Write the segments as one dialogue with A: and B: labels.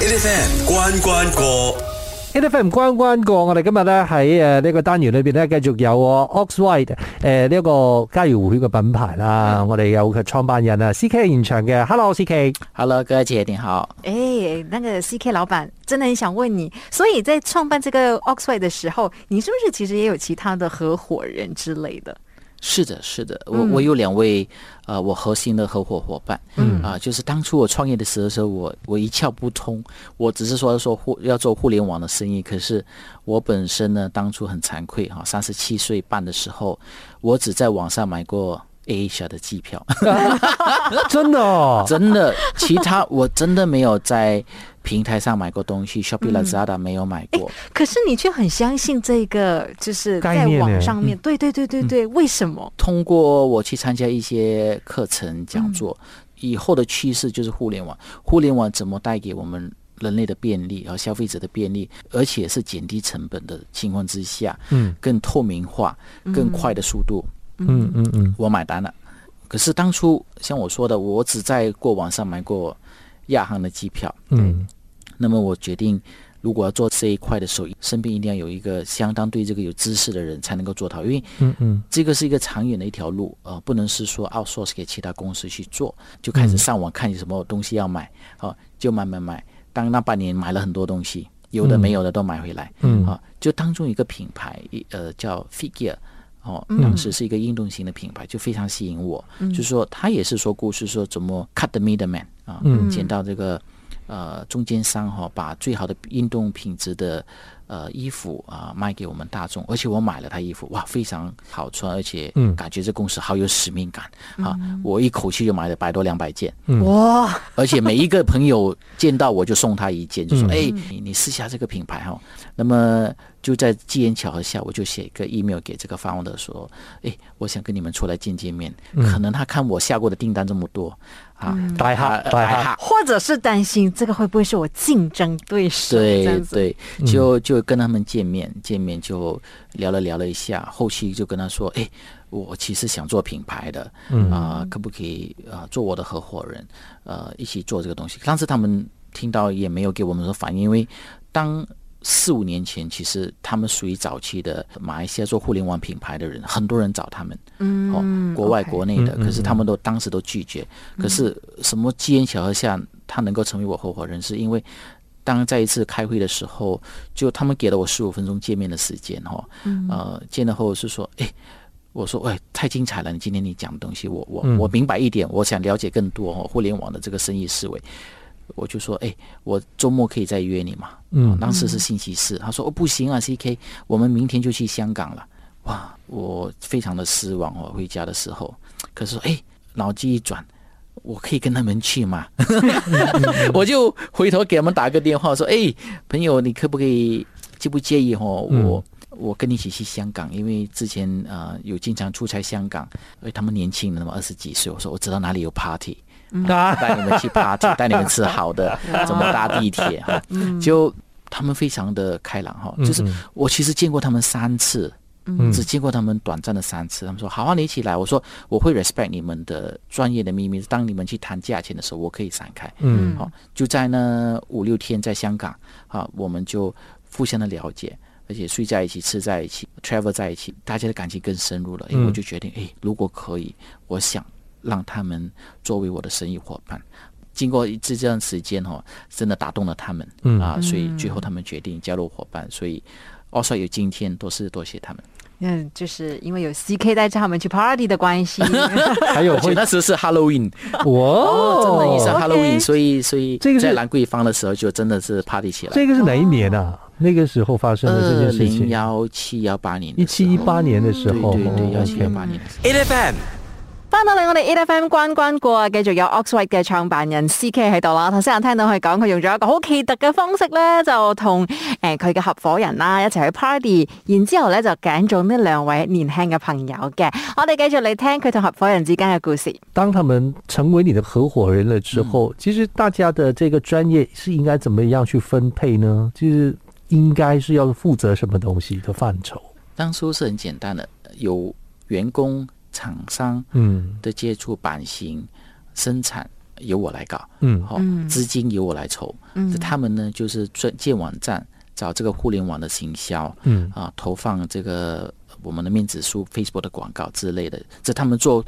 A: FM 关关过。
B: A F M 關關過，我哋今日咧喺呃誒呢個單元裏邊咧，繼續有 Ox White 誒呢一個家喻戶曉嘅品牌
C: 嗯
B: 啦。我哋有佢創辦人啊，C K 現場嘅，Hello C K，
C: Hello，各位姐你好。
D: 哎、那个 CK 老板，真的很想问你，所以在创办这个 Oxway 的时候，你是不是其实也有其他的合伙人之类的？
C: 是的，是的，我我有两位呃，我核心的合伙伙伴，嗯啊、就是当初我创业的时候，时候我我一窍不通，我只是说说互要做互联网的生意，可是我本身呢，当初很惭愧哈，三十七岁半的时候，我只在网上买过 Asia 的机票，
B: 真的哦，
C: 真啊的，其他我真的没有在平台上买过东西，Shopee、Lazada 没有买过。
D: 可是你却很相信这个，就是
B: 概
D: 在
B: 念呢嗯
D: 网上面，对对对对对，为什么？
C: 通过我去参加一些课程讲座，以后的趋势就是互联网。互联网怎么带给我们人类的便利和消费者的便利，而且是减低成本的情况之下，
B: 嗯，
C: 更透明化、更快的速度，
B: 嗯嗯嗯，
C: 我买单了。可是当初像我说的，我只在过网上买过亚航的机票，
B: 嗯，
C: 那么我决定。如果要做这一块的时候，身边一定要有一个相当对这个有知识的人才能够做到，因为
B: 嗯嗯
C: 这个是一个长远的一条路，呃，不能是说 outsource 给其他公司去做，就开始上网看有什么东西要买，好、就买买买。当那半年买了很多东西，有的没有的都买回来，
B: 嗯
C: 啊，就当中有一个品牌，一呃，叫 Figure。哦，
B: 嗯
C: 当时是一个运动型的品牌，就非常吸引我。就是说，他也是说故事，说怎么 cut the middleman 啊，
B: 嗯
C: 捡到这个呃中间商哈、把最好的运动品质的呃衣服啊、卖给我们大众，而且我买了他衣服，哇，非常好穿，而且
B: 嗯
C: 感觉这公司好有使命感啊！我一口气就买了百多两百件，
B: 嗯
D: 哇，
C: 而且每一个朋友见到我就送他一件，就说：“哎，你你试下这个品牌哈、那么就在机缘巧合下，我就写一个 email 给这个 founder 说：“哎，我想跟你们出来见见面。可能他看我下过的订单这么多啊，
B: 大
C: 他
B: 客大客
C: 哈。
D: 或者是担心这个会不会是我竞争对手？这
C: 对
D: 样子，
C: 对，就就跟他们见面，见面就聊了聊了一下，后期就跟他说，哎，我其实想做品牌的，啊、可不可以啊、呃做我的合伙人，呃，一起做这个东西。当时他们听到也没有给我们说反应，因为当四五年前，其实他们属于早期的马来西亚做互联网品牌的人，很多人找他们，嗯，哦，嗯国外
D: OK
C: 国内的，可是他们都当时都拒绝。可是什么机缘巧合下，他能够成为我合伙人，是因为当在一次开会的时候，就他们给了我十五分钟见面的时间哈、呃，见了后是说，哎，我说，哎，太精彩了！你今天你讲的东西，我我我明白一点，我想了解更多哦，互联网的这个生意思维。我就说，哎，我周末可以再约你嘛？嗯，当时是星期四，他说，哦，不行啊，CK，我们明天就去香港了。哇，我非常的失望哦，回家的时候，可是哎，脑筋一转，我可以跟他们去嘛？ 我就回头给他们打个电话说，哎，朋友，你可不可以介不介意哦？我、我跟你一起去香港，因为之前呃有经常出差香港，因为他们年轻人嘛，二十几岁，我说我知道哪里有 party。啊带你们去 party，带你们吃好的，怎么搭地铁哈？就他们非常的开朗哈，就是我其实见过他们三次，只见过他们短暂的三次。他们说好啊，你一起来。我说我会 respect 你们的专业的秘密，当你们去谈价钱的时候，我可以闪开。
B: 嗯
C: 好、就在那五六天在香港啊，我们就互相的了解，而且睡在一起，吃在一起，travel 在一起，大家的感情更深入了。哎，我就决定，哎，如果可以，我想让他们作为我的生意伙伴。经过一次这段时间哦，真的打动了他们、
B: 嗯
C: 啊，所以最后他们决定加入伙伴，所以。奥帅有今天，多是多谢他们。
D: 嗯，就是因为有 CK 带着他们去 party 的关系，
B: 還有
C: 而且
B: 會
C: 那时候是 Halloween，
B: 哇，
C: 哦真的，一上
D: OK
C: Halloween，所以所以
B: 哦这个是
C: 在兰桂坊的时候就真的是 party 起来。
B: 这个是哪一年啊？那个时候发生的
C: 二
B: 这件事
C: 零
B: 情，
C: 幺七幺八年的
B: 一
C: 时
B: 七
C: 候，
B: 一八年的时
C: 对
B: 候，哦
C: 对对，幺七幺
B: OK
C: 八年的时候。
A: A F M
D: 翻到嚟我哋 A F M 關關過，繼續有 Oxford 嘅創辦人 C K 喺度啦。頭先我聽到佢講，佢用咗一個好奇特嘅方式咧，就同誒佢嘅合伙人啦一齊去 party，然之後咧就揀中呢兩位年輕嘅朋友嘅。我哋繼續嚟聽佢同合伙人之間嘅故事。
B: 当他们成为你的合伙人了之后，其实大家的这个专业是应该怎么样去分配呢？就是应该是要负责什么东西的范畴？
C: 当初是很简单的，有员工、厂商
B: 嗯
C: 的接触、版型、生产，由我来搞，
B: 嗯
C: 好、资金由我来筹，
D: 嗯
C: 他们呢就是专建网站，找这个互联网的行销，
B: 嗯
C: 啊，投放这个我们的面子书、Facebook 的广告之类的，这他们做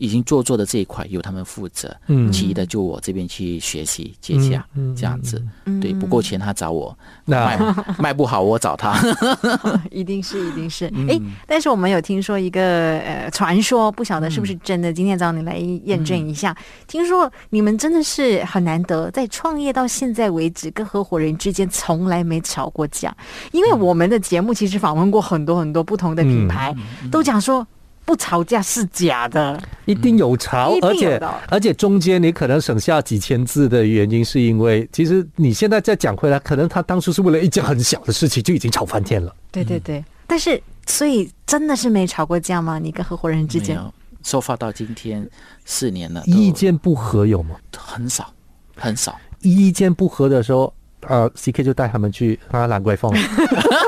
C: 已经做做的这一块由他们负责，
B: 嗯
C: 其余的就我这边去学习接洽，
B: 嗯嗯
C: 这样子，对，不够钱他找我，
B: 那
C: 卖卖不好我找他，
D: 一定是，一定是。哎、但是我们有听说一个呃传说，不晓得是不是真的。今天找你来验证一下。听说你们真的是很难得，在创业到现在为止，跟合伙人之间从来没吵过架。因为我们的节目其实访问过很多很多不同的品牌，都讲说不吵架是假的。
B: 一定有潮，
D: 嗯一定有
B: 而且
D: 的
B: 而且中间你可能省下几千字的原因，是因为其实你现在再讲回来，可能他当初是为了一件很小的事情就已经吵翻天了。
D: 对对对，嗯但是所以真的是没吵过架吗？你跟合伙人之
C: 没
D: 间？
C: 有，收发到今天四年了，
B: 意
C: 都
B: 见不合有吗？
C: 很少，很少。
B: 意见不合的时候，呃，CK 就带他们去啊兰桂坊。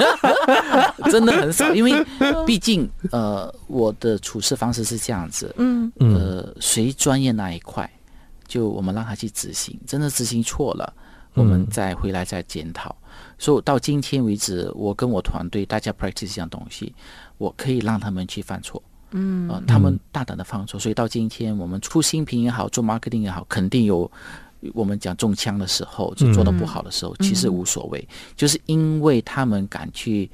C: 真的很少，因为毕竟呃，我的处事方式是这样子，
D: 嗯
C: 呃，谁专业那一块，就我们让他去执行，真的执行错了，我们再回来再检讨。所以到今天为止，我跟我团队大家 practice 这样东西，我可以让他们去犯错。嗯、呃，他们大胆的犯错，所以到今天我们出新品也好，做 marketing 也好，肯定有我们讲中枪的时候，就做的不好的时候，其实无所谓，就是因为他们敢去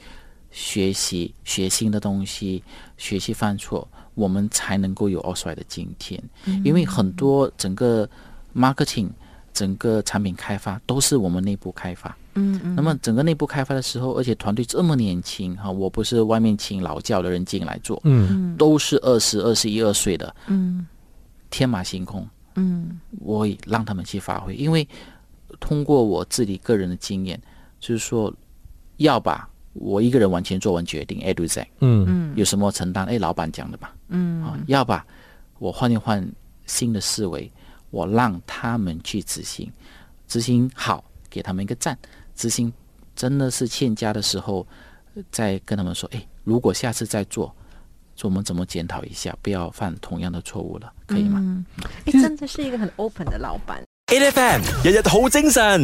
C: 学习学新的东西，学习犯错，我们才能够有 o s r i 的今天。因为很多整个 marketing、整个产品开发都是我们内部开发。
D: 嗯 嗯
C: 那么整个内部开发的时候，而且团队这么年轻哈，我不是外面请老教的人进来做，
B: 嗯
C: 都是二十二十一二岁的，
D: 嗯
C: 天马行空。
D: 嗯
C: 我也让他们去发挥，因为通过我自己个人的经验，就是说要把我一个人完全做完决定，A do Z，
B: 嗯
C: 有什么承担？哎，老板讲的吧，嗯，啊，要把我换一换新的思维，我让他们去执行，执行好，给他们一个赞；执行真的是欠佳的时候，呃再跟他们说，哎，如果下次再做，我们怎么检讨一下，不要犯同样的错误了，可以吗？
D: 嗯，哎、真的是一个很 open 的老板。
A: A F M 日日好精神。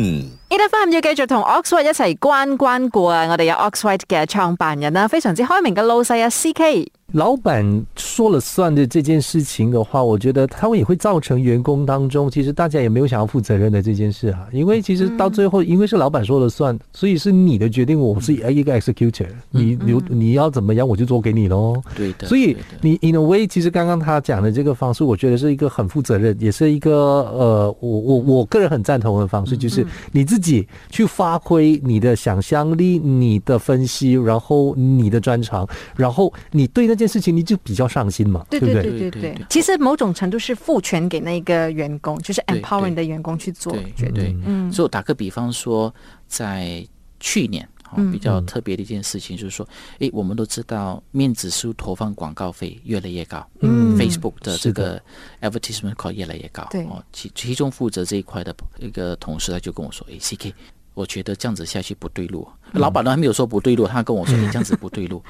D: e d f m 要繼續同 Oxford 一齊關關過啊！我哋有 Oxford 嘅創辦人啊啦，非常之開明嘅老細啊，CK。
B: 老板说了算的这件事情的话，我觉得他们也会造成员工当中，其实大家也没有想要负责任的这件事啊，因为其实到最后，因为是老板说了算，所以是你的决定，我是一个 executor，你你你要怎么样，我就做给你喽。
C: 嗯对的，
B: 所以
C: 对的
B: 你 in a way，其实刚刚他讲的这个方式，我觉得是一个很负责任，也是一个呃，我我我个人很赞同的方
D: 嗯
B: 式，就是你自己去发挥你的想象力、你的分析，然后你的专长，然后你对那件事情你就比较上心嘛，
D: 对
B: 不
D: 对
B: 对？
D: 对对
C: 对
D: 对
C: 对对，
D: 其實某種程度是賦權給那個員工，就是
C: 對
D: empower
C: 對
D: 你的員工去做
C: 对
D: 決定。
C: 对，
D: 嗯
C: 所以我打个比方说，在去年啊、
D: 嗯
C: 比较特别的一件事情就是说，诶，我们都知道面子书投放广告费越来越高，
D: 嗯
C: Facebook 的
B: 是
C: 这
B: 的
C: 个 advertisement cost 越来越高，
D: 对，
C: 哦其其中负责这一块的一个同事他就跟我说，诶 c k 我觉得这样子下去不对路，
D: 嗯
C: 老板都还没有说不对路，他跟我 说你这样子不对路，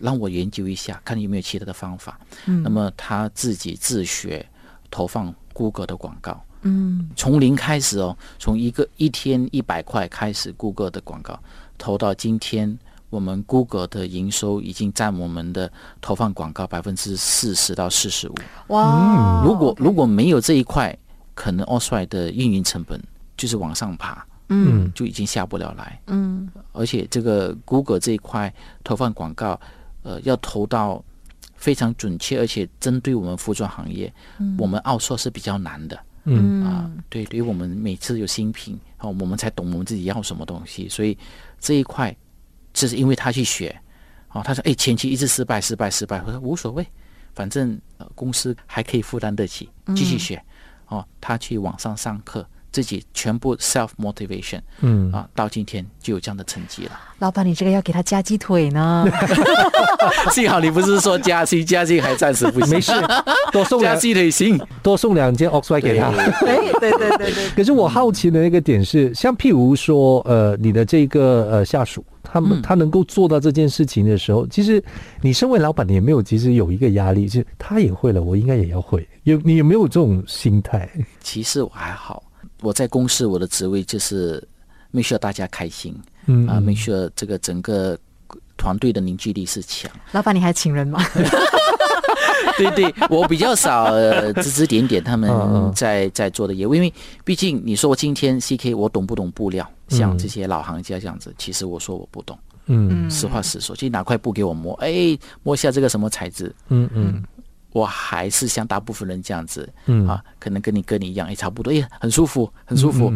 C: 让我研究一下，看有没有其他的方法。
D: 嗯
C: 那么他自己自学投放 Google 的广告，
D: 嗯
C: 从零开始哦，从一个一天一百块开始，Google 的广告投到今天，我们 Google 的营收已经占我们的投放广告百分之四十到四十五。
D: 哇，
C: 如果如果没有这一块，可能 o s r i 的运营成本就是往上爬，
D: 嗯
C: 就已经下不了来。
D: 嗯
C: 而且这个 Google 这一块投放广告，呃，要投到非常准确，而且针对我们服装行业，
D: 嗯
C: 我们奥硕是比较难的。
B: 嗯
C: 啊，对，对于我们每次有新品，哦，我们才懂我们自己要什么东西，所以这一块，就是因为他去学，哦，他说，哎，前期一直失败，失败，失败，我说无所谓，反
B: 嗯
C: 正、呃、公司还可以负担得起，继续学，哦，他去网上上课，自己全部 self motivation，
B: 嗯
C: 啊，到今天就有这样的成绩了。
D: 老板，你这个要给他加鸡腿呢？
C: 幸好你不是说加薪，加薪还暂时不行，
B: 没事，多送
C: 加
B: 两
C: 薪也行。
B: 多送两件 Oxford 给他。
D: 对对对对对，
B: 可是我好奇的那个点是，像譬如说，呃，你的这个呃下属，他们他能够做到这件事情的时候，其实你身为老板，你也没有其实有一个压力，就是他也会了，我应该也要会，有你有没有这种心态？
C: 其实我还好，我在公司我的职位就是 make sure 大家开心，
B: 嗯
C: 啊，make sure 这个整个团队的凝聚力是 强。
D: 老板你还请人吗？
C: 对对，我比较少呃指指点点他们
B: 嗯嗯
C: 在在做的业务，因为毕竟你说我今天 CK 我懂不懂布料，像这些老行家这样子，其实我说我不懂，
B: 嗯
C: 实话实说，就拿块布给我摸，哎，摸一下这个什么材质，
B: 嗯嗯
C: 我还是像大部分人这样子，
B: 嗯
C: 啊，可能跟你跟你一样，也差不多，哎，很舒服，很舒
B: 嗯
C: 服。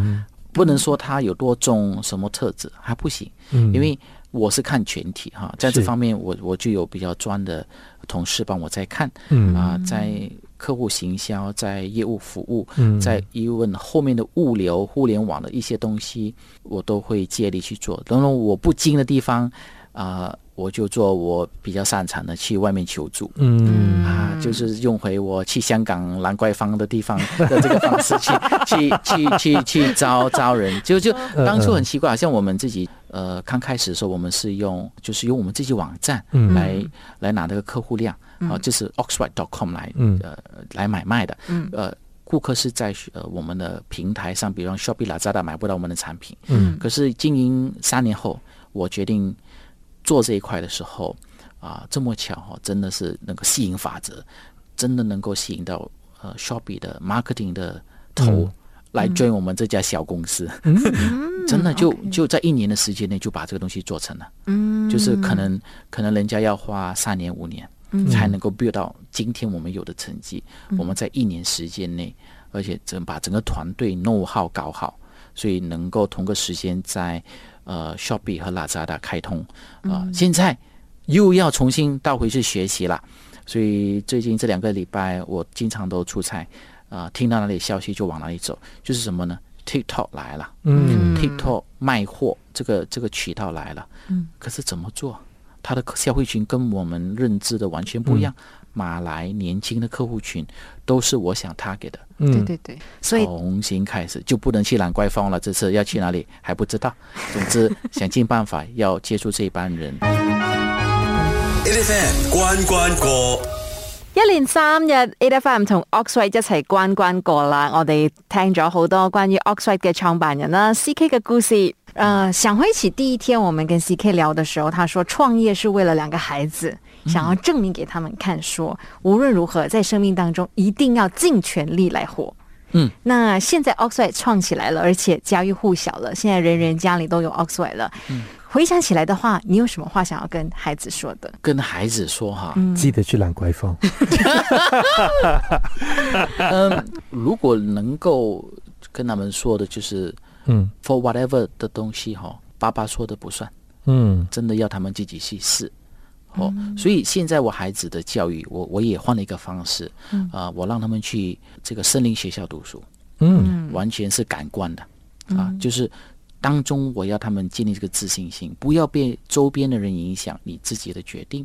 C: 不能说他有多重什么特质，还不行，
B: 嗯
C: 因为我是看全体哈、在这
B: 是
C: 方面我我就有比较专的同事帮我在看，
B: 嗯
C: 啊、在客户行销，在业务服务，
B: 嗯
C: 在 even 后面的物流、互联网的一些东西，我都会借力去做。当然，我不精的地方，啊、我就做我比较擅长的，去外面求助。
B: 嗯
C: 啊，就是用回我去香港蓝怪坊的地 方的这个方式去去去去去招招人，就就
B: 嗯
C: 当初很奇怪，好像我们自己呃刚开始的时候，我们是用就是用我们自己网站
B: 嗯
C: 来、来拿那个客户量啊、就是 oxford.com 来、
B: 嗯
C: 呃来买卖的，
D: 嗯
C: 呃。顾客是在呃我们的平台上，比方 Shopee、Lazada 买不到我们的产品，
B: 嗯
C: 可是经营三年后，我决定做这一块的时候，啊、这么巧哦，真的是那个吸引法则，真的能够吸引到呃 Shopee 的 marketing 的头来 join 我们这家小公司， 真的就就在一年的时间内就把这个东西做成了，嗯，就是可能可能人家要花三年五年。才能够 build 到今天我们有的成绩。我们在一年时间内，而且整把整个团队 know how 搞好，所以能够同个时间在呃 Shopee 和 Lazada 开通啊、呃现在又要重新倒回去学习了，所以最近这两个礼拜我经常都出差，啊、听到哪里消息就往哪里走，就是什么呢？TikTok 来了，
B: 嗯
C: TikTok 卖货这个这个渠道来了，嗯，可是怎么做？它的消费群跟我们认知的完全不一样。马来年轻的客户群都是我想 target 的，
D: 对
B: 嗯
D: 对对，所以
C: 重新开始就不能去蓝怪峰了。这次要去哪里还不知道，总之想尽办法要接触这一班人。
A: ，A F M 关关过
D: 一連三日 A F M 同 Oxford 一齊關關過啦，我哋聽咗好多關於 Oxford 嘅創辦人啦，C K 嘅故事。
E: 呃，想回起第一天我们跟 CK 聊的时候，他说创业是为了两个孩子，想要证明给他们看说，无论如何在生命当中一定要尽全力来活。
C: 嗯，
E: 那现在 Oxford 创起来了，而且家喻户晓了，现在人人家里都有 Oxford 了。嗯，回想起来的话，你有什么话想要跟孩子说的？
C: 跟孩子说哈，
B: 记得去揽拐方。
C: 嗯，如果能够跟他们说的就是
B: 嗯
C: for whatever 的东西哈，爸爸说的不算。
B: 嗯
C: 真的要他们自己去试。哦，所以现在我孩子的教育，我我也换了一个方式，啊、我让他们去这个森林学校读书，
B: 嗯
C: 完全是感官的，啊，就是当中我要他们建立这个自信心，不要被周边的人影响你自己的决定，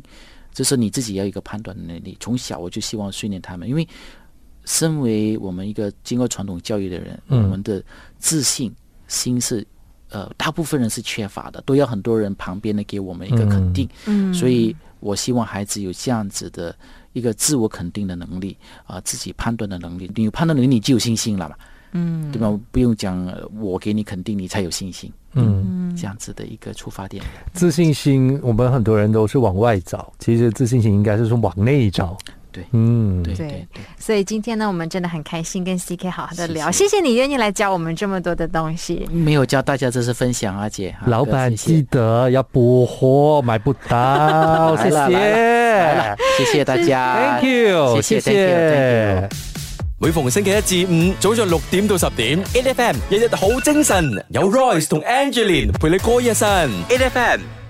C: 这是你自己要有一个判断的能力。从小我就希望训练他们，因为身为我们一个经过传统教育的人，我们的自信心是。呃，大部分人是缺乏的，都要很多人旁边的给我们一个肯定，嗯，所以我希望孩子有这样子的一个自我肯定的能力啊、自己判断的能力，你有判断能力，你就有信心了嘛，对吧？不用讲，呃我给你肯定，你才有信心。
B: 嗯。
C: 这样子的一个出发点。
B: 自信心，我们很多人都是往外找，其实自信心应该是从往内找。
C: 对
B: 嗯，
C: 对
E: 对
C: 对对，
E: 所以今天呢，我们真的很开心跟 CK 好好的聊，
C: 谢
E: 谢谢你愿意来教我们这么多的东西。
C: 没有教大家这是分享啊，姐。啊
B: 老板
C: 不要谢
B: 记
C: 谢
B: 得要补货，买不到，谢
C: 来了来
B: 谢
C: 了谢谢大家
B: ，Thank you，
C: 谢谢
B: 谢
C: Thank you，Thank you
B: 谢。
A: 每逢星期一至五早上六點到十點，A F M 日日好精神，有 Royce 同 Angeline 陪你過一晨，A F M。